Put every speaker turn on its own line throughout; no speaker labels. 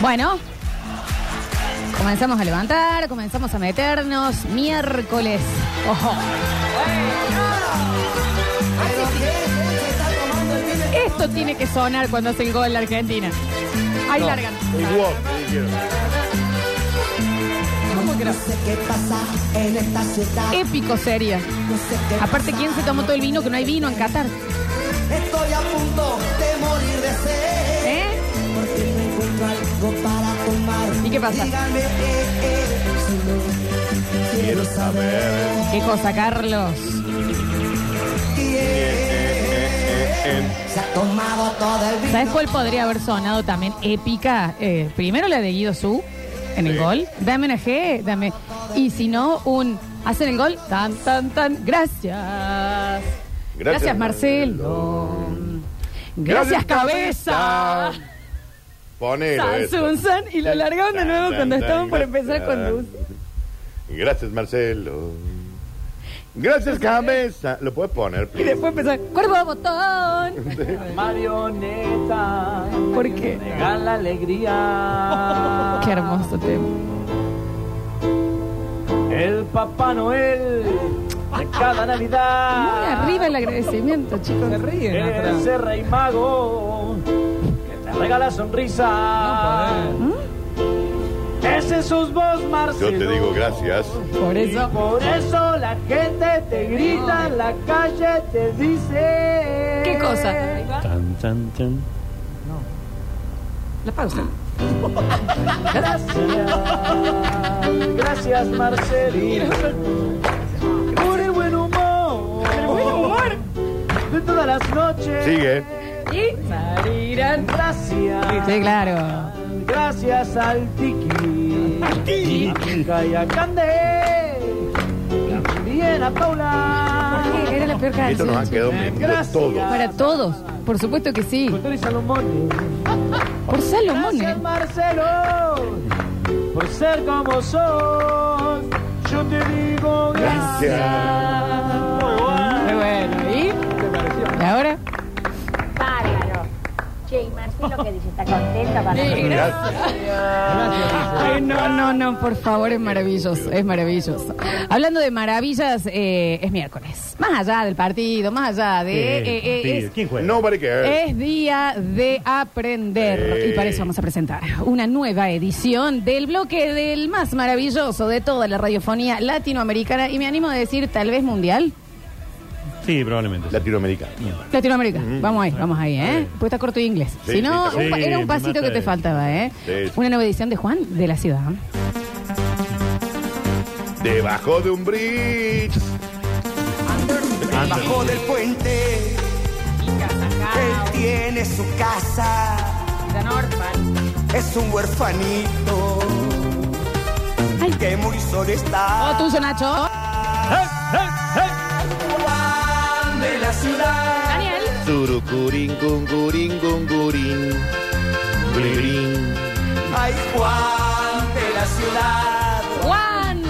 Bueno, comenzamos a levantar, comenzamos a meternos. Miércoles. Ojo. Esto tiene que sonar cuando hace el gol la Argentina. Ahí largan.
El wok, me dijeron.
¿Cómo que no?
sé qué pasa en esta ciudad.
Épico sería.
No sé qué
Aparte,
pasa.
¿quién se tomó todo el vino? Que no hay vino en Qatar.
Estoy a punto de morir de sed.
¿Eh?
Porque no encuentro algo para tomar.
¿Y qué pasa?
Díganme, eh, eh, si no quiero saber.
¿Qué cosa, Carlos?
quién Se ha tomado todo el vino.
¿Sabes cuál podría haber sonado también épica? Eh, primero la de Guido Su en el
Sí.
gol. Dame una G, dame. Y si no, un. Hacen el gol. Tan, tan, tan. Gracias. Gracias, Marcelo. Gracias, cabeza.
Ponelo
San,
eso.
sun, san, y lo largaron de nuevo
Tan,
cuando
tan,
estaban por
gracias.
empezar con luz.
Gracias, Marcelo. Gracias, cabeza. ¿Lo puedes poner?
Y
please?
después empezar. Cuervo a botón.
Marioneta.
¿Por qué?
Negar la alegría.
Qué hermoso tema.
El Papá Noel de cada
Muy
Navidad.
arriba el agradecimiento, chicos. Se ríen
Ese rey mago que te regala sonrisa. Ese es sus voz,
Yo
Marcelo.
te digo gracias.
Por
Y
eso.
por eso la gente te grita en la calle, te dice.
¿Qué cosa?
Tan, tan, tan.
La pausa.
Gracias, gracias Marcelo. Por el buen humor. De todas las noches.
Sigue.
Y salirán.
Gracias.
Sí, claro.
Gracias al Tiki. A y a Cande. También a Paula.
Sí, Era la peor
Esto nos ha
canción.
quedado metido
Gracias.
todo.
Para todos. Por supuesto que sí.
Doctor y Salomón.
Por Salomón.
Gracias
¿eh?
Marcelo. Por ser como sos. Yo te digo gracias. Muy bueno.
Muy bueno. ¿Y? ¿Y ahora?
Bárbaro. Che, y Marcelo que dice, está contenta para
Gracias.
Ay, no, no, no, por favor, es maravilloso, es maravilloso. Hablando de maravillas, eh, es miércoles. Más allá del partido, más allá de... eh, eh,
Sí,
es-
¿Quién juega?
Nobody cares.
Es día de aprender
Sí.
y para eso vamos a presentar una nueva edición del bloque del más maravilloso de toda la radiofonía latinoamericana y me animo a decir tal vez mundial.
Sí, probablemente. sí.
Latinoamericano.
Latinoamérica, vamos ahí, vamos ahí, ¿eh? Pues está corto de inglés.
Sí,
si no,
sí, está
un pa-
corto.
era
Sí,
un pasito
me
que te
mata.
faltaba, ¿eh?
Sí.
Una nueva edición de Juan de la ciudad.
Debajo de un bridge.
Bajo del puente, él tiene su casa, es un huerfanito que muy solo
Oh,
está.
tuyo, Nacho.
Juan de la ciudad,
Daniel.
Surucurín, cungurín, cungurín. Blirín.
ay Juan de la ciudad,
Juan.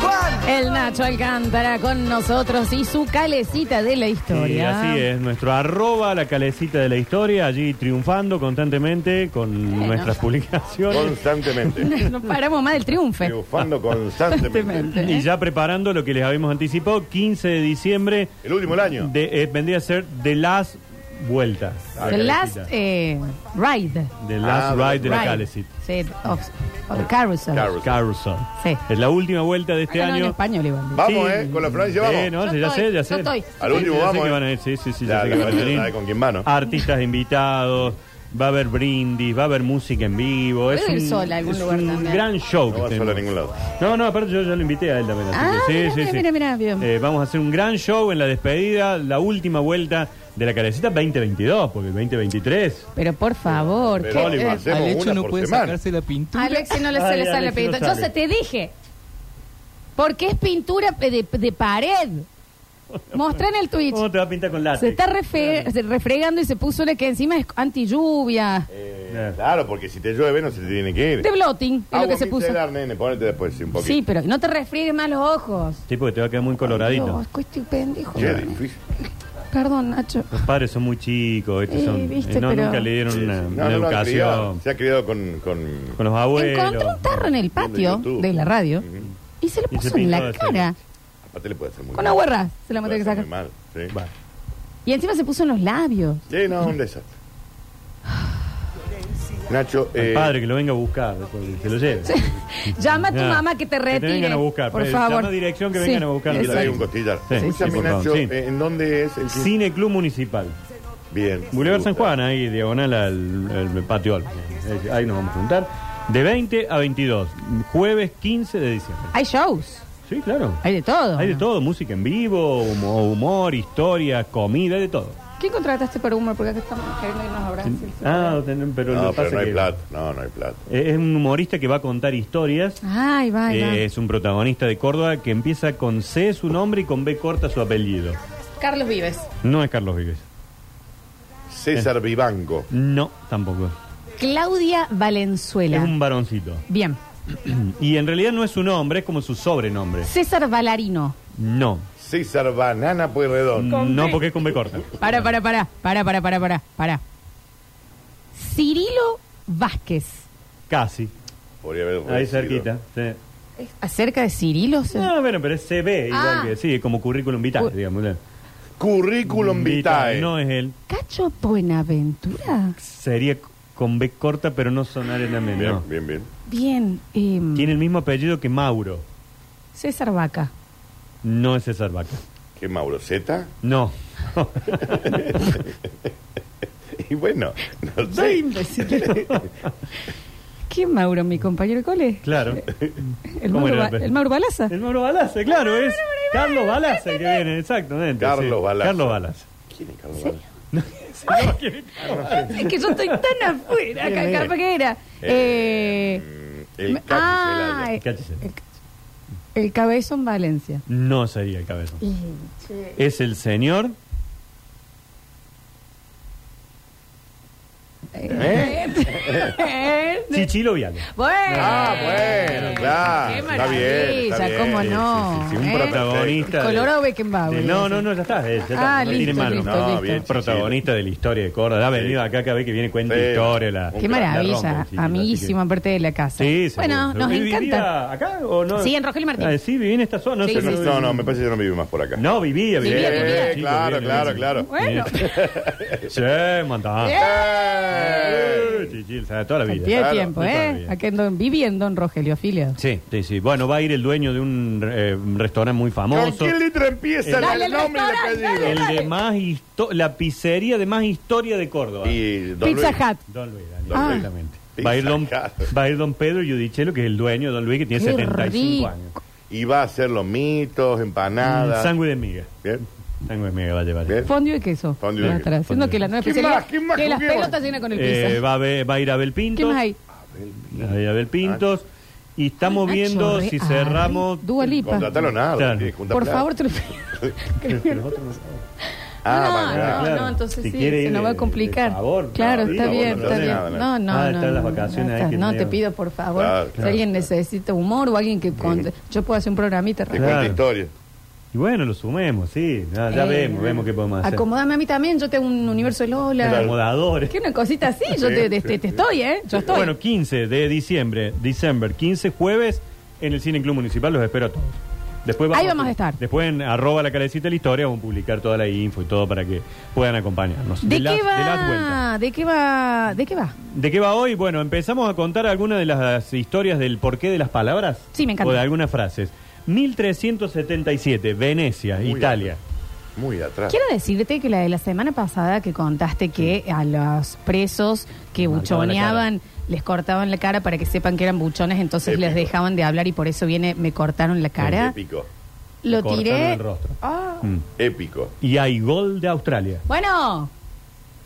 Juan.
El Nacho Alcántara con nosotros y su calecita de la
Sí,
historia.
así es, nuestro arroba la calecita de la historia, allí triunfando constantemente con nuestras publicaciones
Constantemente.
No paramos más del triunfe.
Triunfando constantemente.
Constantemente.
y ya preparando lo que les habíamos anticipado, 15 de diciembre
El último del año.
de, eh, vendría a ser The Last Vuelta.
The
Ah, calecita.
last eh, ride.
The Last
Ah,
Ride de la
Ride.
calecita.
Sí, of, of the carousel.
Carousel.
Carousel.
Sí.
Es la última vuelta de este
Acá no en
año.
español, igual.
Vamos,
Sí.
¿eh? Con la Florencia
Sí,
vamos.
no,
Yo
sí, ya
estoy,
sé, ya
yo
sé.
estoy.
Al último
Sí, ya sé
vamos,
que
eh.
van a ir, sí, sí,
Ya,
sí, ya sé
la
que van a
verdad,
venir.
sabe con quién va, ¿no?
Artistas invitados, va a haber brindis, va a haber música en vivo. Es
Puedo ir
un,
sola a algún
es
lugar
un
también.
gran show.
No
que
va solo a
tenemos.
ningún lado.
No, no, aparte yo ya lo invité a él también. así
Ah,
que sí,
mira,
sí,
mira,
sí.
mira, mira, bien.
Eh, vamos a hacer un gran show en la despedida, la última vuelta de la carecita 2022, porque el 2023.
Pero por favor,
Pero,
¿qué-
Oliver,
eh,
hacemos una por semana.
la pintura.
Alexi no le
Ay,
sale, sale la
Alexi no
pintura.
sale.
Yo se te dije. Porque es pintura de, de pared. Mostrá en el Twitch.
¿Cómo te va a pintar con látex?
Se está refe- se- refregando y se puso una que encima es anti lluvia.
Eh, claro, porque si te llueve no se te tiene que ir. Ah,
De bloating, es lo
Agua
que se puso.
micelar, nene, ponete después sí, un poquito.
Sí, pero no te refriegues más los ojos.
Sí, porque te va a quedar muy coloradito.
Dios, estoy pendejo.
Qué difícil.
Perdón, Nacho.
Los padres son muy chicos, estos
Eh,
son,
viste,
no,
pero-
nunca le dieron una,
No, no,
una
no, han criado,
educación
se ha criado con, con...
con los abuelos.
Encontró un tarro en el patio
YouTube.
de la radio
Ujú.
y se lo
Y se
puso en
pintó
la
así.
cara.
Aparte le puede hacer muy
Con
mal.
agua se la
Puede
mandé que
hacer
saca.
muy mal, sí.
Va.
Y encima se puso en los labios.
Sí, no, un desastre. Nacho,
Al
eh,
padre que lo venga a buscar, después que se lo lleve.
Llama a tu
Ya.
mamá que te
Que te
retire.
vengan a buscar,
por
pe-
favor.
llama a dirección que vengan a buscar.
que le
exacto.
doy un costillar.
Sí,
Escúchame,
sí, por favor,
Nacho,
sí.
eh, ¿en dónde es el cine?
Cine Club Municipal.
Bien.
Boulevard
me
San
gusta.
Juan, ahí diagonal al, al patio Alfa. Ahí- Ahí nos vamos a juntar. De 20 a 22, jueves 15 de diciembre.
Hay shows,
Sí, claro.
hay de todo.
Hay de
¿no?
todo, música en vivo, humo- humor, historia, comida, hay de todo.
¿Quién contrataste para humor? Porque acá estamos queriendo irnos a Brasil.
Ah, ten- pero lo
No,
que pasa
pero no
es
hay
que
plata. No, no hay plata.
es es un humorista que va a contar historias.
Ay, va, ahí va.
Eh, es un protagonista de Córdoba que empieza con C su nombre y con B corta su apellido.
Carlos Vives.
No es Carlos Vives. Eh.
César Vivanco.
No, tampoco.
Claudia Valenzuela.
Es un varoncito.
Bien.
Y en realidad no es su nombre, es como su sobrenombre.
César Valarino.
No.
César Banana Pueyrredón.
No, porque es con B corta.
Para, para, para, para, para, para, para, para. Cirilo Vázquez.
Casi.
Podría haber
Ahí
sido.
cerquita. sí.
¿Acerca de Cirilo? se-
No, bueno, pero es CB,
Ah.
igual que. Sí, como currículum vitae,
Cu-
digamos.
Currículum vitae.
No es él.
¿Cacho Buenaventura?
Sería con B corta, pero no sonar en la
Bien,
menor.
bien, bien.
Bien. em,
Tiene el mismo apellido que Mauro.
César Vaca.
No es César Vaca.
¿Qué, Mauro? ¿Z?
No.
Y bueno, no sé.
¿Quién Mauro, mi compañero de cole?
claro.
Eh, El
¿Cómo
Mauro,
era
Ba-
el apellido?
el Mauro Balaza.
El Mauro Balaza, claro, es Carlos Balaza el que viene, exactamente.
Carlos
sí.
Balaza.
Carlos Balaza.
¿Quién es Carlos Balá?
Es que yo estoy tan afuera,
¿Quién
ca-
era?
capaz que era. Eh,
Eh, el
me-
Cachi
ah,
Celaya.
eh,
Cállese.
el Cabezón Valencia.
No sería el cabezón.
Y, che,
Es el señor. Eh. Chichilo Viale.
Eh, Bueno.
Ah, bueno, claro.
Qué
Está bien. está
maravilla,
bien.
cómo Oh, no.
Sí, sí, un
¿eh?
protagonista. de-
Colorado
de-
Beckenbauer.
No, no, no, ya está. eh, ya está,
Ah,
no tiene
listo,
mano.
listo,
No,
listo.
bien.
Protagonista de la historia de Córdoba. Ha venido acá cada vez que viene cuenta
Sí.
historia. La,
Qué
la
maravilla,
rompe, sí,
amiguísimo,
así
aparte de la casa.
que- Sí,
bueno,
seguro.
nos
¿Vivía
encanta.
acá o no?
Sí, en Rogelio Martínez.
Ah, sí, vivía en esta zona.
Sí,
sé,
sí,
no,
sí.
No, no, me parece que no vivimos por acá.
No, vivía, vivía.
Vivía, vivía.
Eh,
Chico,
claro,
vivía,
claro,
vivía.
claro.
Bueno,
Sí, montón.
Eh.
Sí, sí, o sea, toda la vida.
tiene
Claro,
tiempo,
toda la
¿eh?
vida.
Aquí ando- viviendo en Rogelio, Filia.
Sí, sí, sí. Bueno, va a ir el dueño de un eh, un restaurante muy
¿Con
famoso.
qué letra empieza
Dale,
el nombre y el
restaurante,
apellido?
El de más histo- la pizzería de más historia de Córdoba.
Y don
Pizza
Luis.
Hut.
Don Luis,
Don
Daniel,
Luis.
exactamente.
Pizza
Va a, ir don,
Hut.
va a ir don Pedro Yudichelo, que es el dueño de Don Luis, que tiene
Qué
75
rico.
años.
Y va a hacer lomitos, empanadas.
Sangue de miga.
Bien.
Sangue de miga va a llevar.
Bien.
Fondio de queso.
Fondue
Para
de queso.
atrás, Siendo que la nueva
¿Qué
especialidad-
más? ¿Qué más
Que las
juguemos?
pelotas llenas con el
Eh,
piso.
va, a ver- va a ir Abel Pinto.
¿Qué más hay?
Abel, Abel Pintos. Y estamos viendo si cerramos.
Dua Lipa.
Contratalo nada.
Claro.
tiene que juntar
Por
plata.
favor, te lo pido.
Ah,
no,
para
no,
nada.
claro.
no, entonces
Si
sí,
quiere
se
ir
nos va a
de-
complicar.
de favor,
claro,
no,
está
de favor,
bien,
no
está
hace
bien.
nada,
No,
nada.
no,
Ah,
no.
están las
no,
vacaciones
no,
ahí que
no,
medio-
te pido por favor.
Claro,
Si
claro.
alguien necesita humor o alguien que con- yo puedo hacer un programita
Te
rápido.
Claro.
cuento historia.
Y bueno, lo sumemos, sí. Ya, ya
Eh,
vemos, vemos qué podemos hacer.
Acomodame a mí también, yo tengo un universo de Lola.
Acomodadores.
Que una cosita así, yo te, te- te- te estoy, ¿eh? Yo estoy.
Bueno, 15 de diciembre, diciembre, 15 jueves en el Cine Club Municipal, los espero a todos. Después
Ahí vamos a estar.
Después en arroba la calecita de la historia vamos a publicar toda la info y todo para que puedan acompañarnos.
¿De,
las-
qué
de las vueltas.
va? ¿De qué va? ¿De qué va?
¿De qué va hoy? Bueno, empezamos a contar algunas de las historias del porqué de las palabras.
Sí, me encanta.
O de algunas frases. 1377, Venecia, Italia.
Muy atrás.
Quiero decirte que la de la semana pasada que contaste que a los presos que
Marcaban la
buchoneaban les cortaban la cara para que sepan que eran buchones, entonces
Épico.
les dejaban de hablar y por eso viene, me cortaron la cara.
Épico.
Lo
Cortaron
tiré.
el rostro.
Ah.
Mm.
Épico.
Y hay gol de Australia.
Bueno,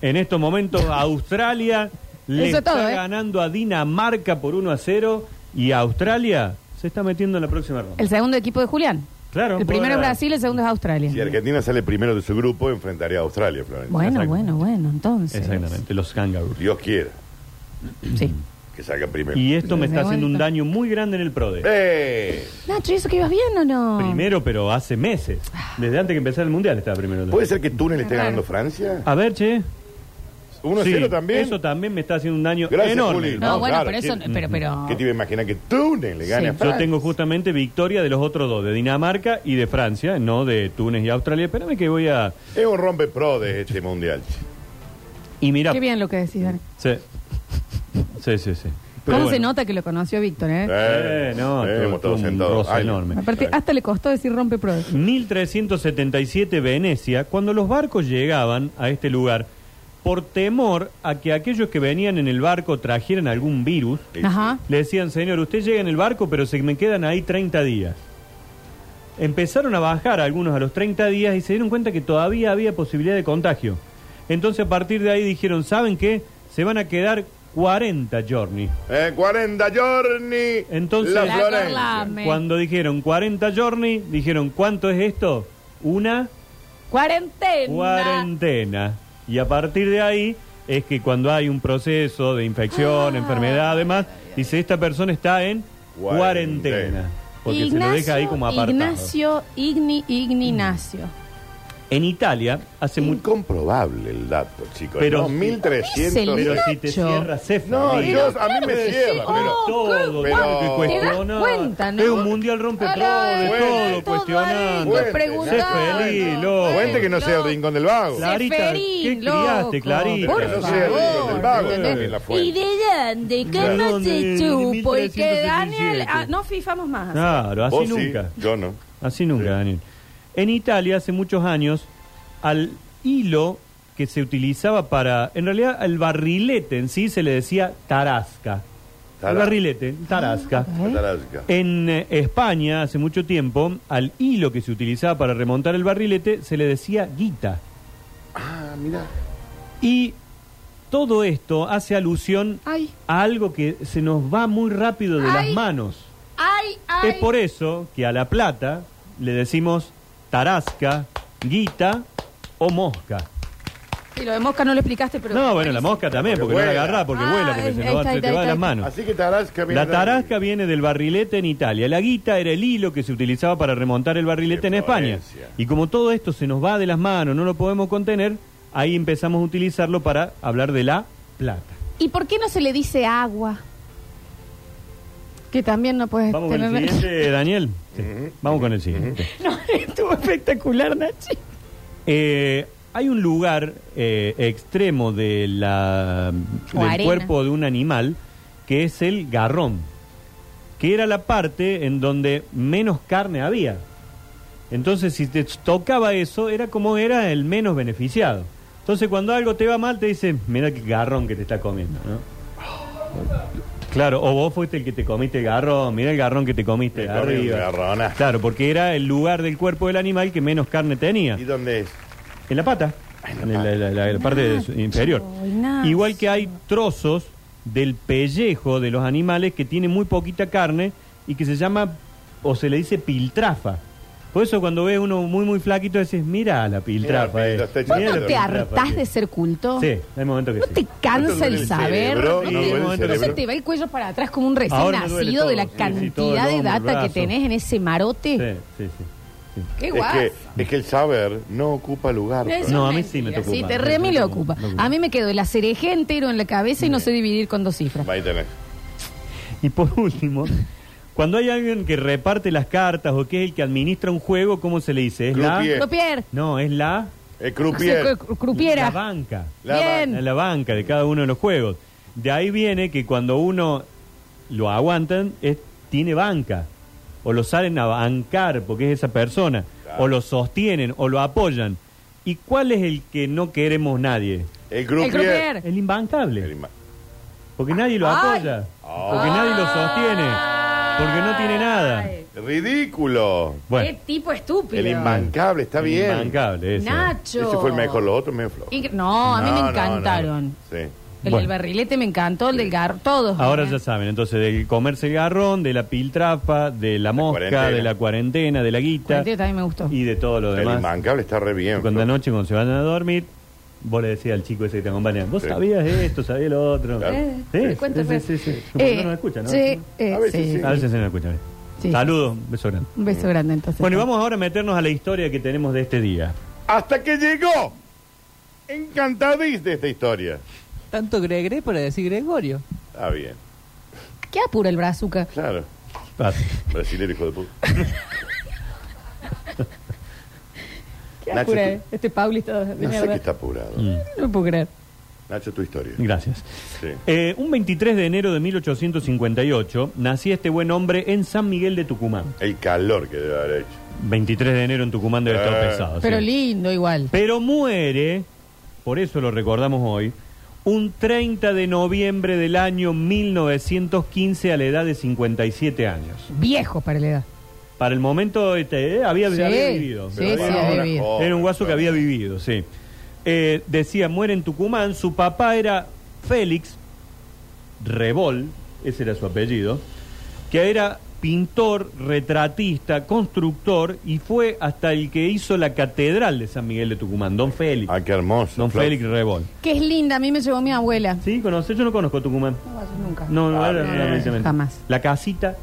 En estos momentos Australia le
Eso
está
todo, ¿eh?
ganando a Dinamarca por 1 a 0 y Australia se está metiendo en la próxima ronda.
el segundo equipo de Julián.
Claro,
El primero es
podrá-
Brasil, el segundo es Australia.
Si Argentina sale primero de su grupo, enfrentaría a Australia, Florencia.
Bueno,
Exacto.
bueno, bueno, entonces.
Exactamente, los kangaroos.
Dios quiera.
Sí.
que salga primero.
Y esto me
De
está haciendo un
vuelta.
daño muy grande en el PRODE.
Eh,
Nacho, ¿y eso que ibas bien o no?
Primero, pero hace meses. Desde antes que empezara el Mundial estaba primero.
¿Puede ser que Túnez le esté
Claro.
ganando Francia?
A ver, che.
1-0
Ah, Sí,
también.
Eso también me está haciendo un daño
Gracias,
enorme.
Juli.
No,
No,
bueno,
claro,
pero eso.
¿quién?
Pero, pero.
¿Qué te iba a imaginar que Túnez le gane
Sí.
a
Yo
Yo
Francia?
tengo justamente victoria de los otros dos, de Dinamarca y de Francia, no de Túnez y Australia. Espérame que voy a...
Es un rompe pro de este mundial. che.
Y mira...
Qué bien lo que decís, Dani.
Sí, sí, sí. sí. Pero
¿Cómo se
bueno.
nota que lo conoció Víctor, eh?
Eh, no,
eh,
todo-
hemos
todo
todos
un
sentados.
roce enorme.
Aparte, ah, hasta le costó decir rompe pro.
1377 Venecia, cuando los barcos llegaban a este lugar, por temor a que aquellos que venían en el barco trajeran algún virus,
Sí,
Ajá.
le decían, señor, usted llega en el barco, pero se me quedan ahí 30 días. Empezaron a bajar algunos a los 30 días y se dieron cuenta que todavía había posibilidad de contagio. Entonces, a partir de ahí dijeron, ¿saben qué? Se van a quedar 40 journeys.
Eh, 40 Giorni.
Entonces-
la
La
Florencia.
Corlame. Me-
Cuando dijeron 40 journey, dijeron, ¿cuánto es esto? Una
Cuarentena.
cuarentena. Y a partir de ahí es que cuando hay un proceso de
Ah.
infección, enfermedad, además, dice, esta persona está en
Cuarentena.
cuarentena. Porque se lo deja ahí como apartado.
Ignacio, Igni, Igninacio.
En Italia hace muy...
Incomprobable el dato, chicos.
Pero-
no,
¿Qué dice
1.300.
el
Pero
Pero-
si te
Nacho.
cierras, se
No,
familia.
yo- a mí me cierra.
sí.
pero-
Oh,
todo,
pero-
todo
¿Te
das
cuestionado.
cuenta, no?
Es un mundial rompe
Ahora,
todo, de
bueno,
todo,
todo
cuestionando.
ahí,
Bueno,
preguntando.
sé feliz, loco.
Cuente que no sea el rincón del vago.
Claro. Clarita,
Seferín,
¿qué criaste,
loco?
Clarita?
Por
Que no
favor,
sea el rincón del vago.
¿entendés?
también la fuente.
¿Y de dónde? ¿Qué
¿De
no se
dónde?
chupo? ¿Y que
1377.
Daniel? Ah, no fifamos más.
Claro, así
Vos sí,
nunca.
yo no.
Así nunca, Daniel. En Italia, hace muchos años, al hilo que se utilizaba para. En realidad, al barrilete en sí se le decía tarasca.
Tara-
El barrilete, tarasca.
Ah, Catarasca.
En ¿Mm? eh, España, hace mucho tiempo, al hilo que se utilizaba para remontar el barrilete se le decía guita.
Ah, mira.
Y todo esto hace alusión
Ay.
a algo que se nos va muy rápido de
Ay.
las manos.
Ay, ay.
Es por eso que a la plata le decimos tarasca, guita o mosca.
Y lo de mosca no lo explicaste, pero.
No, bueno, la mosca también,
Porque
porque no la
vuela.
agarrás, porque
Ah,
vuela, porque
ahí
se, nos va-
está,
se
ahí
te
está,
va de
ahí
las
está.
manos.
Así que Tarasca viene
La
de-
tarasca viene del barrilete en Italia. La guita era el hilo que se utilizaba para remontar el barrilete
Qué
en España.
Florencia.
Y como todo esto se nos va de las manos, no lo podemos contener, ahí empezamos a utilizarlo para hablar de la plata.
¿Y por qué no se le dice agua? Que también no puedes
Vamos con el
tener-
siguiente, Daniel. Sí, Vamos con el siguiente.
No, estuvo espectacular, Nachi.
Eh, hay un lugar eh, extremo de la,
O
del
arena.
cuerpo de un animal que es el garrón, que era la parte en donde menos carne había. Entonces, si te tocaba eso, era como era el menos beneficiado. Entonces, cuando algo te va mal, te dicen, mira qué garrón que te está comiendo, ¿no? Claro, o vos fuiste el que te comiste el garrón, mira el garrón que te comiste
Me comí un
arriba.
garronazo.
Claro, porque era el lugar del cuerpo del animal que menos carne tenía.
¿Y dónde es?
En la pata. En la, la- la- la parte de su- inferior.
Ignacio.
Igual que hay trozos del pellejo de los animales que tienen muy poquita carne y que se llama, o se le dice piltrafa. Por eso cuando ves uno muy, muy flaquito decís, mira la piltrafa.
Mira,
eh.
está hecho
Mira
¿Vos
la
no te
piltrafa,
hartás
sí".
de ser culto?
Sí, hay momentos que
¿No te
sí.
cansa
duele
el
el
saber? ¿No
cerebro?
¿No
te-
duele el
no se
cerebro?
te va el cuello para atrás como un recién
Ahora me duele
nacido de la
todo. Sí, sí, todo el
cantidad de
lomo, el
data que
brazo.
tenés en ese marote?
Sí, sí, sí.
¡Qué
Es
guapo!
que, es que el saber no ocupa lugar.
Eso
No,
es
a mí sí me
mentira.
te ocupa.
te re a mí le
Me
ocupa.
ocupa.
A mí me quedó el acereje entero en la cabeza y no sé dividir con dos cifras.
Ahí tenés.
Y por último, cuando hay alguien que reparte las cartas o que es el que administra un juego, ¿cómo se le dice? ¿Es la?
Croupier.
Crupier.
No, es la,
El
Crupiera.
croupier.
la banca.
La
Bien.
en la banca de cada uno de los juegos. De ahí viene que cuando uno lo aguantan, es, tiene banca. O lo salen a bancar porque es esa persona.
Claro.
O lo sostienen, o lo apoyan. ¿Y cuál es el que no queremos nadie?
El
El
croupier.
crupier.
El
El
imbancable.
ima-
Porque nadie lo
Ay.
apoya. Porque nadie lo sostiene. Porque no tiene nada.
Ridículo.
Bueno,
¡Qué tipo estúpido!
El imbancable, está
el
bien.
imbancable. ese.
¡Nacho!
Ese fue el mejor, los otros medio flojos.
Incre- No, a mí
No,
me
no,
encantaron.
no, no. Sí.
El del
Bueno.
barrilete me encantó, el del garro, todos.
Ahora
¿eh?
ya saben, entonces, del comerse el garrón, de la piltrafa, de la mosca,
cuarentena.
de la cuarentena, de la guita
Cuarentena también me gustó.
y de todo lo
El
demás.
imbancable está re bien.
Cuando
Flor.
anoche, cuando se van a dormir, Vos le decías al chico ese que te acompaña, vos sabías esto, sabías lo otro.
Claro.
Eh,
Sí,
te cuento,
sí,
pues.
sí, sí, sí. Como
Eh,
que no nos escucha, ¿no?
Sí, eh,
A veces
sí.
sí.
A veces se nos escucha. bien.
Sí.
Saludos, beso grande.
Un beso grande entonces.
Bueno, y vamos ahora a meternos a la historia que tenemos de este día.
Hasta que llegó. Encantadís de esta historia.
Tanto Gregre para decir Gregorio.
Está bien,
¿Qué apura el brazuca?
claro.
Pasa.
Brasilero, hijo de puta.
¿Qué
Nacho,
apura
tú-
este Paulista de
No sé
mierda?
que está apurado.
No lo puedo creer.
Nacho, tu historia.
Mm, Gracias.
Sí.
Eh, un 23 de enero de 1858 nacía este buen hombre en San Miguel de Tucumán.
El calor que debe haber hecho.
23 de enero en Tucumán debe estar
Eh.
pesado. sí.
Pero lindo igual.
Pero muere, por eso lo recordamos hoy, un 30 de noviembre del año 1915 a la edad de 57 años.
Viejo para la edad.
Para el momento este, eh, había,
Sí,
había vivido.
sí, sí,
ahora,
había vivido.
joven,
Era un guaso que
claro.
había vivido, sí. Eh, decía, muere en Tucumán. Su papá era Félix Rebol, ese era su apellido, que era pintor, retratista, constructor y fue hasta el que hizo la catedral de San Miguel de Tucumán, don Félix.
Ah, qué hermoso.
don
Flor.
Félix Rebol.
Que es linda, a mí me llevó mi abuela.
Sí, conoce, yo no conozco Tucumán.
No vas nunca.
No, no,
Ah,
era-
no,
era-
no,
evidentemente.
jamás.
La casita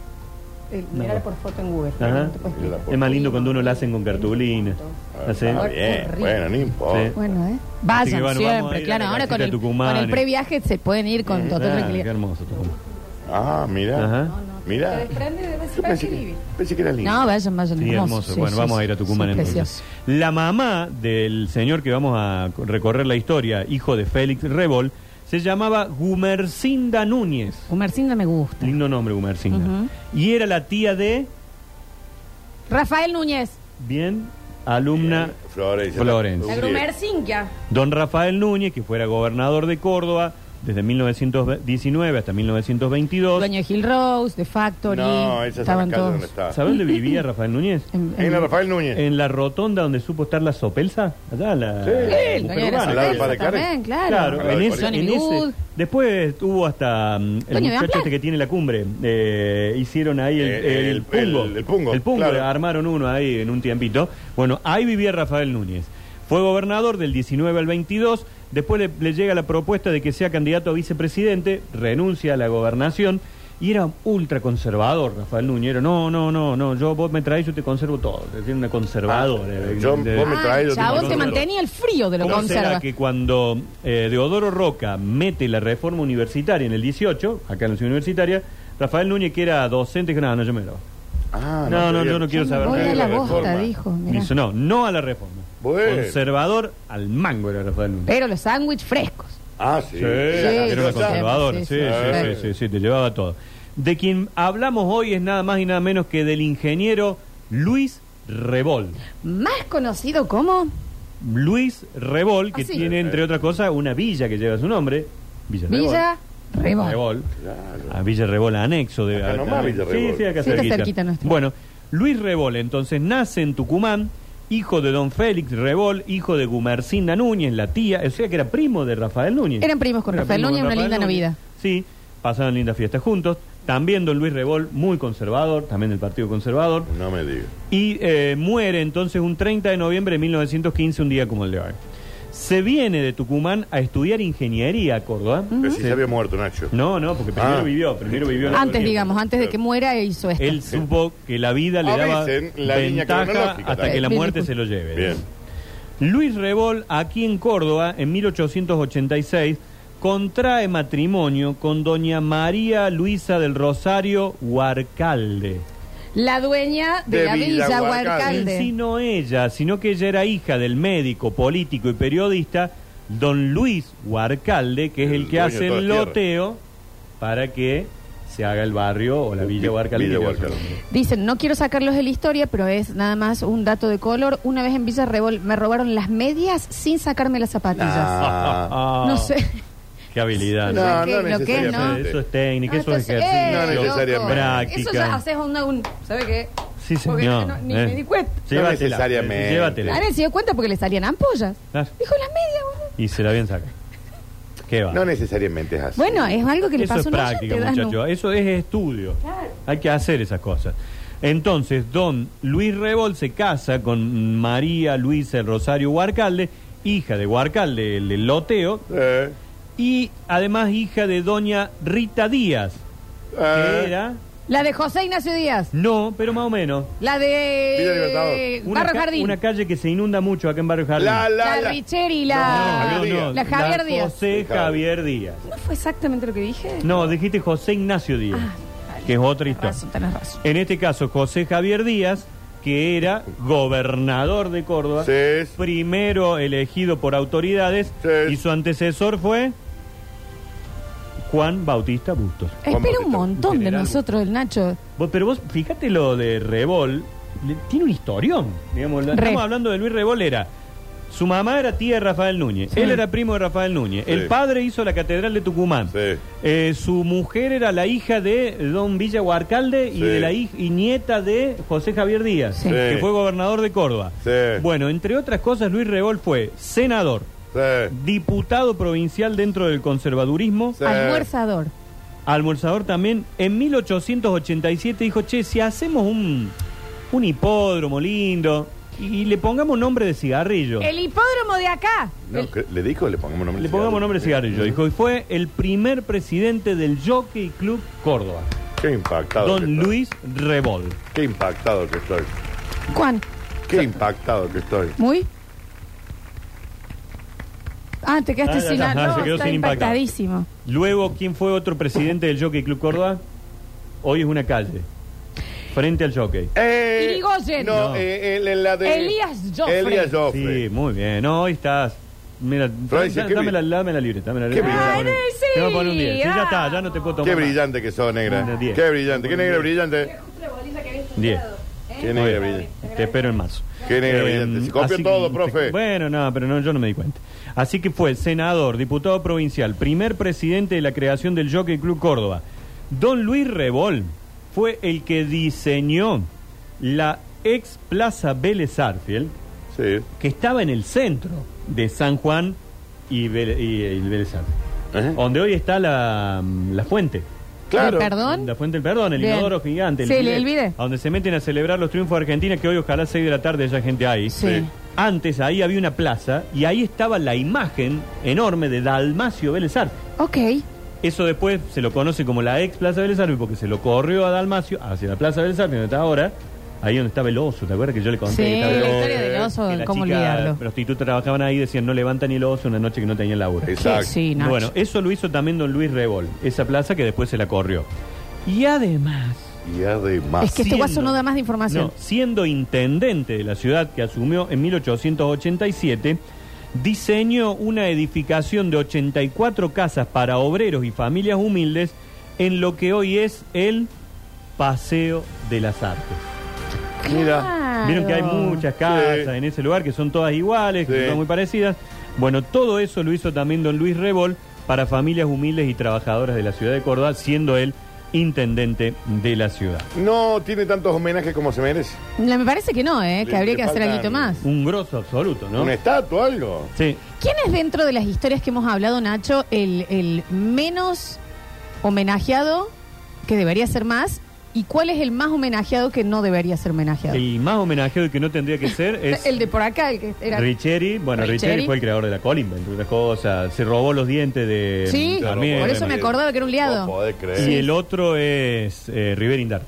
Eh, mirala por foto en Google.
Ajá.
no te puedes
Mirala por
es más lindo cuando uno la hacen con cartulina.
Ah,
Así.
está bien,
Horrible.
bueno, no importa.
Sí.
Bueno, ¿eh?
Así que,
Vayan
bueno, vamos a
siempre,
ir
claro.
a la
Ahora con
casita
el,
de Tucumán eh.
con el
y-
previaje se pueden ir con total
Ah, qué
tranquilidad.
hermoso Tucumán.
Ah, mira.
Ajá.
Mira. Yo pensé que, pensé que era lindo.
No, vayan, vayan.
Sí, hermoso.
Sí,
bueno,
sí,
vamos a
sí.
ir a Tucumán
Sí,
entonces.
precioso.
La mamá del señor que vamos a recorrer la historia, hijo de Félix Rebol, se llamaba Gumercinda Núñez.
Gumercinda me gusta.
Lindo nombre, Gumercinda.
Ujú.
Y era la tía de,
Rafael Núñez.
bien, alumna
Eh, Florencia.
La
Florencia.
Sí.
Grumercinquia.
Don Rafael Núñez, que fuera gobernador de Córdoba desde 1919 hasta 1922.
Dueño de Hill Rose, de Factory.
No, esa es la
estaban
calle
todos.
donde está.
¿Sabes dónde vivía Rafael Núñez?
En, en-
En la Rafael Núñez.
En la rotonda donde supo estar la sopelsa, allá la...
Sí. Sí,
Sí, el
la
dueño de
Uruguay.
la
Al lado de
cerveza
Parecare.
también, claro.
Claro,
Claro,
en
de
ese,
Johnny
en ese-
Bigud.
Después hubo hasta mm,
Doña
el
de
muchacho
Amplán.
este que tiene la cumbre. eh, hicieron ahí el,
Eh,
el
el-
pungo.
el- el pungo, claro.
armaron uno ahí en un tiempito. Bueno, ahí vivía Rafael Núñez. Fue gobernador del 19 al 22. Después le, le llega la propuesta de que sea candidato a vicepresidente. Renuncia a la gobernación. Y era ultra conservador Rafael Núñez. Era, no, no, no, no. Yo, vos me traes, yo te conservo todo. Era una conservadora.
Ah, yo- vos me
Ah,
traes, yo te
chabón, te
mando otro.
mantenía el frío de lo
¿Cómo
conserva.
será que cuando eh, Deodoro Roca mete la reforma universitaria en el 18, acá en la ciudad universitaria, Rafael Núñez, que era docente, que no, no, yo me grabo.
Ah,
No, no,
sabía.
yo no quiero saber
Voy
nada
a la
de la
bosta,
reforma.
dijo. mirá.
Dice, no, no a la reforma.
Bueno.
Conservador al mango era Rafael Núñez.
Pero los sándwiches frescos.
Ah, sí.
era una
sí,
conservadora,
sí,
sí
sí,
sí sí,
sí.
sí, sí, te llevaba todo. De quien hablamos hoy es nada más y nada menos que del ingeniero Luis Rebol.
Más conocido como.
Luis Rebol, que
Ah, sí.
tiene, entre otras cosas, una villa que lleva su nombre, Villa Rebol.
Villa Rebol.
Rebol.
Claro.
A Villa Rebol, anexo de.
Acá nomás, Villa Rebol.
Sí, sí, acá
Sí, está
cerquita.
cerquita nuestro.
Bueno, Luis Rebol, entonces, nace en Tucumán, hijo de don Félix Rebol, hijo de Gumercinda Núñez, la tía, o sea que era primo de Rafael Núñez.
Eran primos con Rafael
primo
Núñez, una linda Navidad.
Sí, pasaron lindas fiestas juntos. También don Luis Rebol, muy conservador, también del Partido Conservador.
No me digas.
Y eh, muere entonces un 30 de noviembre de 1915, un día como el de hoy. Se viene de Tucumán a estudiar ingeniería a Córdoba.
Pero si
Mm. Sí.
se había muerto, Nacho.
No, no, porque primero
Ah.
vivió, primero vivió. la
Antes,
colonia.
digamos, antes de que muera hizo esto.
Él supo que la vida le
A
daba
veces, Ah, la línea
ventaja
cronológica
hasta
también.
que la
Bien,
muerte se
disculpe.
lo lleve.
Bien.
Luis Rebol, aquí en Córdoba, en 1886, contrae matrimonio con doña María Luisa del Rosario Huarcalde.
La dueña de,
De
la
Villa
Villa
Huarcalde.
Y
Huarcalde.
si no ella, sino que ella era hija del médico, político y periodista don Luis Huarcalde, que es
El
el, que
dueño
hace
de todas
el
las tierras.
loteo para que se haga el barrio o la Villa
Vi-
Huarcalde.
Villa
que lleva su
Huarcalde.
nombre.
Dicen, no quiero sacarlos de la historia, pero es nada más un dato de color. Una vez en Villa Rebol me robaron las medias sin sacarme las zapatillas.
Ah,
Ah,
No sé.
Qué habilidad.
No,
Lo que-
no
lo que es, ¿no?
Pero
necesariamente.
Eso es técnica,
Ah,
eso es
entonces,
ejercicio.
eh,
No necesariamente.
loco.
Práctica.
Eso ya haces una, un... ¿Sabe qué?
Sí,
Porque
señor.
no- ni
eh.
me di cuenta.
Llévatela,
No necesariamente.
Llévatela.
Ahora se dio cuenta porque le salían ampollas.
Claro.
Dijo las medias, boludo.
Y se la bien saca. ¿Qué va?
No necesariamente es así.
Bueno, es algo que le
Eso
pasó
es
a un
práctica,
oyente, Danu.
muchachos. Eso es estudio. Hay que hacer esas cosas. Entonces, don Luis Rebol se casa con María Luisa del Rosario Huarcalde hija de Huarcal, del del loteo,
Eh,
y además hija de doña Rita Díaz,
eh.
que era...
La de José Ignacio Díaz.
No, pero más o menos.
La
Villa Libertador.
de
Una
Barrio
ca-
Jardín.
Una calle que se inunda mucho acá en Barrio Jardín.
La, la,
la,
la.
Richeri,
No,
la...
no, no,
la Javier Díaz.
José Javier Díaz.
¿No fue exactamente lo que dije?
No, dijiste José Ignacio Díaz, que es otra
Tenés
historia.
Ah, razón, tenés razón.
En este caso, José Javier Díaz, que era gobernador de Córdoba,
Sí, sí.
primero elegido por autoridades,
Sí.
y su antecesor fue Juan Bautista Bustos.
Espera
Bautista,
un montón de
general.
nosotros, el Nacho.
Vos- pero vos, fíjate lo de Rebol, le- tiene un historión. Digamos, la-
Re.
Estamos hablando de Luis Rebol, era. Su mamá era tía de Rafael Núñez, él era primo de Rafael Núñez,
Sí.
el padre hizo la Catedral de Tucumán,
Sí.
Eh, su mujer era la hija de don Villa Guarcalde y,
Sí.
de la hij- y nieta de José Javier Díaz,
Sí.
que
Sí.
fue gobernador de Córdoba.
Sí.
Bueno, entre otras cosas, Luis Rebol fue senador,
sí.
diputado provincial dentro del conservadurismo,
Sí.
Almuerzador.
almorzador también, en 1887 dijo, che, si hacemos un, un hipódromo lindo y le pongamos nombre de cigarrillo.
El hipódromo de acá.
No,
El-
cre- ¿Le dijo? Le pongamos nombre
Le pongamos nombre de cigarrillo.
hijo.
Dijo, y fue el primer presidente del Jockey Club Córdoba,
Qué impactado. que
don
estoy.
Luis Rebol.
Qué impactado que estoy.
Juan,
Qué impactado que estoy.
muy. Ah, te quedaste
Ah, ya
sin
está,
algo.
se quedó
está
sin impacto.
impactadísimo.
Luego, ¿quién fue otro presidente del Jockey Club Córdoba? Hoy es una calle, frente al Jockey.
Eh,
Irigoyen.
No,
No.
eh, el- el- la de...
Elías Joffre.
Elías Joffre.
Sí, muy bien. No, hoy estás. Mira,
Florencia,
dame,
qué
dame
bri-
la, dame la libre, dame la libre.
Qué brillante.
Te voy a poner-
Ay, sí,
te voy a poner un 10. Sí, ya
ah.
está, ya no te puedo tomar.
Qué
más.
brillante que sos, negra.
Una diez.
Qué brillante. Qué negra
¿Eh?
brillante.
10.
Qué negra brillante.
Te espero en marzo.
Qué negra
Eh,
brillante. Se copió
así
todo,
que-
profe.
Bueno, no, pero no, yo no me di cuenta. Así que fue senador, diputado provincial, primer presidente de la creación del Jockey Club Córdoba. Don Luis Rebol fue el que diseñó la ex Plaza Vélez Arfiel,
Sí.
que estaba en el centro de San Juan y, Vel- y- y Vélez Arfiel.
Ajá.
Donde hoy está la, la fuente.
¿Eh? Claro.
¿De perdón?
La fuente del perdón, el
Bien.
inodoro gigante.
Sí,
bidet,
el bidet.
a Donde se meten a celebrar los triunfos de Argentina, que hoy ojalá 6 de la tarde haya gente ahí.
Sí.
Antes ahí había una plaza y ahí estaba la imagen enorme de Dalmacio Vélez Arfiel.
Ok.
Eso después se lo conoce como la ex Plaza Vélez Arfiel porque se lo corrió a Dalmacio hacia la Plaza Vélez Arfiel, donde está ahora. Ahí donde estaba el oso, ¿te acuerdas que yo le conté?
Sí,
Estaba el
la
oso,
historia del oso,
que la
cómo
chica
olvidarlo.
prostituta trabajaban ahí y decían no levanta ni el oso una noche que no tenía laburo.
¿Qué?
Exacto.
Sí, Nacho.
Bueno, eso lo hizo también don Luis Rebol, esa plaza que después se la corrió. Y además,
Y además...
es que este
siendo-
guaso no da más de información.
no, siendo intendente de la ciudad que asumió en 1887, diseñó una edificación de 84 casas para obreros y familias humildes en lo que hoy es el Paseo de las Artes.
Mira,
Claro.
eh, Vieron que hay muchas casas
Sí.
en ese lugar que son todas iguales, que
Sí.
son muy parecidas. Bueno, todo eso lo hizo también don Luis Rebol para familias humildes y trabajadoras de la ciudad de Córdoba, siendo él intendente de la ciudad.
No tiene tantos homenajes como se merece.
No, Me parece que no, ¿eh?
Le-
Que habría
le
que hacer
faltan-
algo más.
Un grosso absoluto, ¿no?
¿Una estatua algo?
Sí.
¿Quién es dentro de las historias que hemos hablado, Nacho, el, el menos homenajeado que debería ser más? ¿Y cuál es el más homenajeado que no debería ser homenajeado? El,
El más homenajeado que no tendría que ser es
de por acá, el que era.
Richeri. Bueno, Richeri.
Richeri
fue el creador de la colimba, entre otras cosas. Se robó los dientes de...
Sí,
de
Claro,
Armiero,
por eso
de
me
Mariano.
acordaba que era un liado.
No podés
Y
creer.
el otro es eh, Rivera Indarte.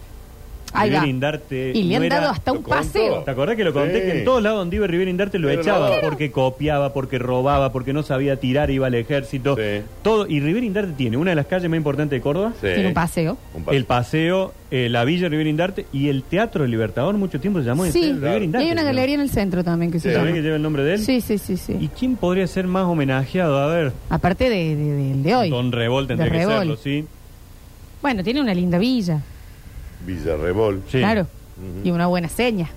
Ahí va.
Rivera Indarte
Y le
no
han
era-
dado hasta un
¿Lo contó?
paseo.
¿Te acordás que lo conté?
Sí.
Que en todos lados donde iba Rivera Indarte lo
Pero
echaba
no. Claro.
porque copiaba, porque robaba, porque no sabía tirar, iba al ejército.
Sí.
Todo. Y Rivera Indarte tiene una de las calles más importantes de Córdoba.
Sí.
Tiene un paseo.
Un
El paseo, eh, la Villa Rivera Indarte y el Teatro del Libertador, mucho tiempo se llamó el
Sí,
Teatro Rivera
y
Indarte.
hay una
¿no?
galería en el centro también que se
Sí.
¿Sabés que
llama.
lleva el nombre de él?
Sí, sí, sí, sí.
¿Y quién podría ser más homenajeado? A ver,
Aparte de, de- de- de hoy.
Don Rebol tendría
De
que
Rebol.
serlo, ¿sí?
Bueno, tiene una linda villa,
Villarrebol.
Sí.
claro. Y una buena seña.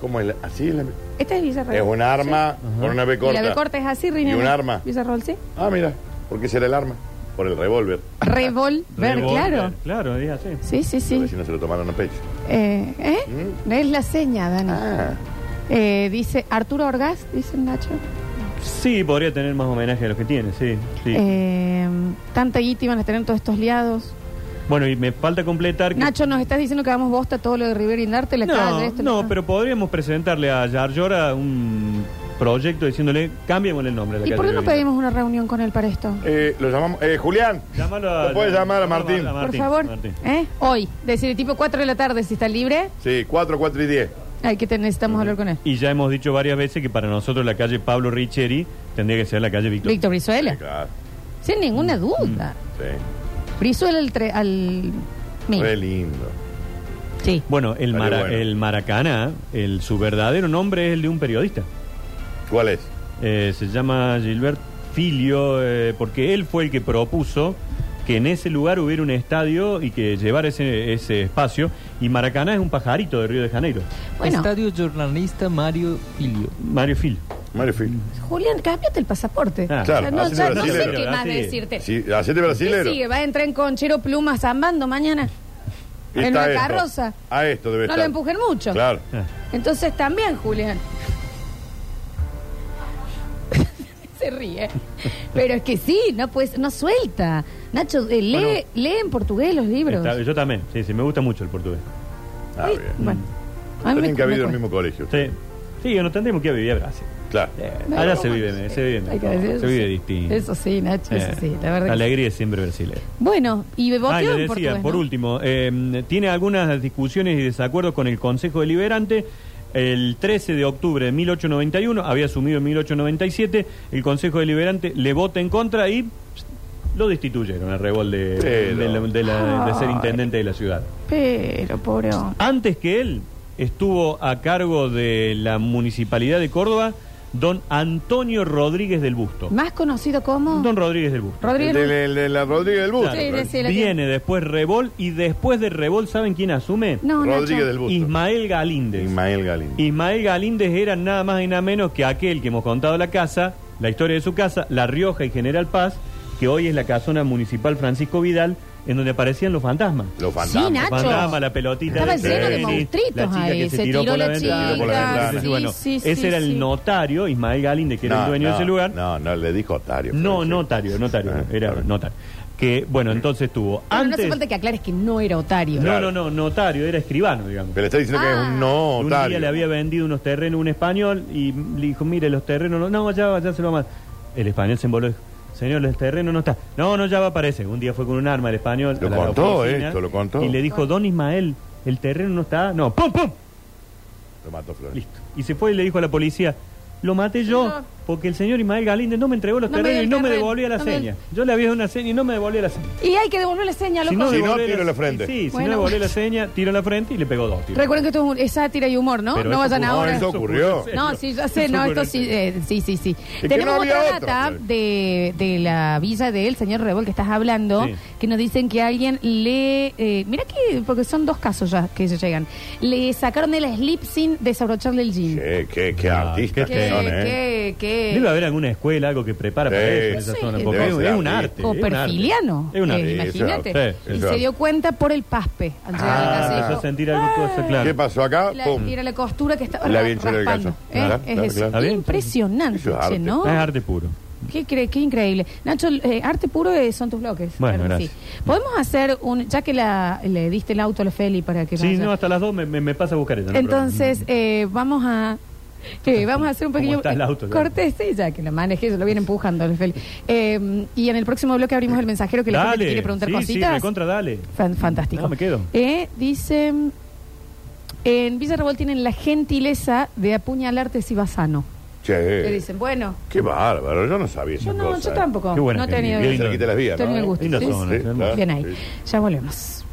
¿Cómo es? la- ¿Así? es la-
Esta es Villa Real.
Es un arma con una B
Y
corta.
la de corta es así, Rini.
Y un arma.
Villa Real, sí.
Ah, mira. ¿Por qué será el arma? Por el revólver.
Revolver,
Rebol,
claro.
Claro, es así.
Sí, sí,
A
sí.
ver si no se lo tomaron a pecho.
Eh, ¿eh? No es la seña, Dani.
Ah.
Eh, dice Arturo Orgaz, dice Nacho.
Sí, podría tener más homenaje a los que tiene, sí. sí.
Eh, tanta guita iban a tener todos estos liados.
Bueno, y me falta completar que
Nacho, nos estás diciendo que damos bosta todo lo de Rivera Indarte, la
no,
calle, esto.
no,
lo-
pero podríamos presentarle a Yarlora un proyecto diciéndole, cambiémosle el nombre a la
¿Y
calle
por qué no
Violeta.
pedimos una reunión con él para esto?
Eh, lo llamamos. Eh, Julián.
Llámalo a-
¿Lo puedes llamar a
llámalo
Martín?
a Martín,
por favor.
Martín.
¿Eh? Hoy. Decir, tipo 4 de la tarde, si está libre,
Sí, 4, 4 y 10.
hay que te necesitamos hablar con él.
Y ya hemos dicho varias veces que para nosotros la calle Pablo Richeri tendría que ser la calle Víctor.
Víctor Brizuela.
Sí, claro.
Sin ninguna duda.
Sí.
Brizuela al, tre- al mil.
Re lindo.
Sí.
Bueno, el,
Estaría
Mara-
bueno.
el Maracaná, el, su verdadero nombre es el de un periodista.
¿Cuál es?
Eh, se llama Gilbert Filio, eh, porque él fue el que propuso que en ese lugar hubiera un estadio y que llevara ese, ese espacio. Y Maracaná es un pajarito de Río de Janeiro.
Bueno,
Estadio Jornalista Mario Filio.
Mario Filio.
Mario Fil.
Julián, cámbiate el pasaporte.
Ah,
O sea,
claro,
no,
así
ya
es
no sé
brasilero.
qué más
Así es.
decirte.
Sí, hacete
¿Qué
brasilero.
sigue? ¿Va a entrar en conchero plumas zambando mañana? en
Está
una
esto.
carroza.
A esto debe
No
estar.
lo empujen mucho.
Claro.
Ah.
Entonces también, Julián. Se ríe. Pero es que sí, no pues, no suelta. Nacho, eh, lee,
Bueno.
lee en portugués los libros.
Está- yo también, sí, sí, me gusta mucho el portugués.
Ah,
Uy,
bien.
Bueno. A mí me-
Tienen que haber
me
ido al
cuesta.
mismo colegio.
Sí, sí no tendríamos que ir a vivir a Brasil.
Claro.
Eh, allá se vive, me- se vive,
Hay que
mejor,
decir
se
eso
vive
sí.
distinto.
Eso sí, Nacho,
Eh,
eso sí, la verdad. que
alegría es siempre brasileña.
sí. Bueno, y me
Ah, y
boteó
le
en
decía,
portugués,
por
¿no?
último, eh, tiene algunas discusiones y desacuerdos con el Consejo Deliberante. El 13 de octubre de 1891, había asumido en 1897, el Consejo Deliberante le vota en contra y pst, lo destituyeron al rebol de,
Pero.
de la- de la- de ser
Ay.
intendente de la ciudad.
Pero, pobre hombre.
Antes que él estuvo a cargo de la Municipalidad de Córdoba don Antonio Rodríguez del Busto.
Más conocido como...
Don Rodríguez del Busto.
El
Rodríguez.
de, el de la Rodríguez del Busto.
Claro.
Sí, sí, la
Viene después Rebol y después de Rebol, ¿saben quién asume?
No,
Rodríguez
Nacho.
del Busto.
Ismael Galíndez.
Ismael Galindo.
Ismael Galíndez era nada más y nada menos que aquel que hemos contado la casa, la historia de su casa, La Rioja y General Paz, que hoy es la casona municipal Francisco Vidal, en donde aparecían los fantasmas.
Los
Sí,
fantasmas.
Nacho.
Fantasma, la pelotita.
Estaba
de
lleno de
tenis,
monstruitos
la chica
ahí.
que se,
Se
tiró,
tiró
por la
la
ventana.
chica, Tiró por la ventana.
Entonces,
sí,
bueno,
sí,
ese
sí,
era
sí.
el notario, Ismael Galíndez, que era el dueño de ese lugar.
No, no, le dijo Otario.
No,
pero sí.
notario, notario,
Ah,
era
está bien.
notario. Que, bueno, entonces tuvo.
Bueno,
antes,
no hace falta que aclares que no era Otario.
No, no, no, notario, era escribano, digamos.
Pero le está diciendo que
Ah.
es un no
un
Otario.
día le había vendido unos terrenos a un español y le dijo, mire, los terrenos no, no ya, ya se lo más. El español se emboló y dijo, señor, el terreno no está. No, no, ya va aparece. Un día fue con un arma el español.
Lo
a la
contó
oficina,
esto, lo contó.
Y le dijo, don Ismael, el terreno no está. No, pum, pum.
Lo mató Flores.
Listo. Y se fue y le dijo a la policía, lo maté yo,
No.
porque el señor Ismael Galíndez no me entregó los
No me dio
terrenos
el
y no me
terreno,
devolvía la
no me dio el-
seña. Yo le había dado una seña y no me devolvía la seña.
Y hay que devolverle seña, loco.
Si no,
devolvía
tiro en la frente.
Sí, si
Bueno.
no devolvía la seña, tiro en la frente y le pegó dos tiros.
Recuerden que esto es, un- es sátira y humor, ¿no?
Pero
no
eso
vayan
ocurrió-
ahora.
eso ocurrió.
No, sí, ya sé, no, esto sí,
este.
eh, sí, sí, sí.
que
Tenemos
no había
otra
otro,
data
Flor.
de, de la villa del señor Rebol que estás hablando,
Sí.
que nos dicen que alguien le... eh, mira que, porque son dos casos ya que se llegan. Le sacaron el slip sin desabrocharle el jean.
Qué, qué, qué
Ah,
artistas
qué-
Que-
que son, ¿eh?
que- que-
Debe haber alguna escuela, algo que prepara para
Sí.
eso en esa
Sí.
zona, porque
Debe
es,
ser
es un
arte.
arte. es un arte.
Copperfiliano.
Es un
Eh,
arte.
Sí, eso
imagínate.
era- sí,
y
eso
se
era-
dio cuenta por el paspe al llegar a la
Ah,
casa.
Empezó
Dijo,
a sentir algo cosa, claro.
¿Qué pasó acá?
Y la-
Pum.
y era la costura que estaba
La
ra-
vinchera del
raspando.
ganso.
¿eh?
Claro,
Es
claro,
eso.
claro.
Está bien.
Impresionante,
Eso es arte.
che, ¿no?
Es arte puro.
Qué, cre- qué increíble. Nacho, eh, arte puro eh, son tus bloques.
Bueno,
Claro que sí. Podemos hacer un... Ya que la- le diste el auto a la Feli para que
Sí,
vaya.
no, hasta las dos me, me- me pasa a buscar ella. no hay
Entonces, eh, vamos a... eh, vamos a hacer un
¿Cómo
pequeño
está el auto,
eh,
ya?
corte, sí, ya que lo maneje, se lo viene empujando, la Feli. Eh, y en el próximo bloque abrimos el mensajero que
problema.
la
dale.
gente te quiere preguntar
sí, Sí,
cositas.
recontra, dale.
Fan- fantástico.
No, me quedo.
Eh, dice, en Villa Revolt tienen la gentileza de apuñalarte si vas sano. Te
Che,
dicen, bueno,
qué bárbaro. Yo no sabía esas
yo no,
cosas.
yo tampoco.
Qué buena
no he
gente,
tenido
qué
Cerquita de las vías,
Tenía
¿no? ¿eh?
el gusto,
Lindas
sí,
zonas,
sí,
hermoso.
claro.
Bien ahí. Ya volvemos.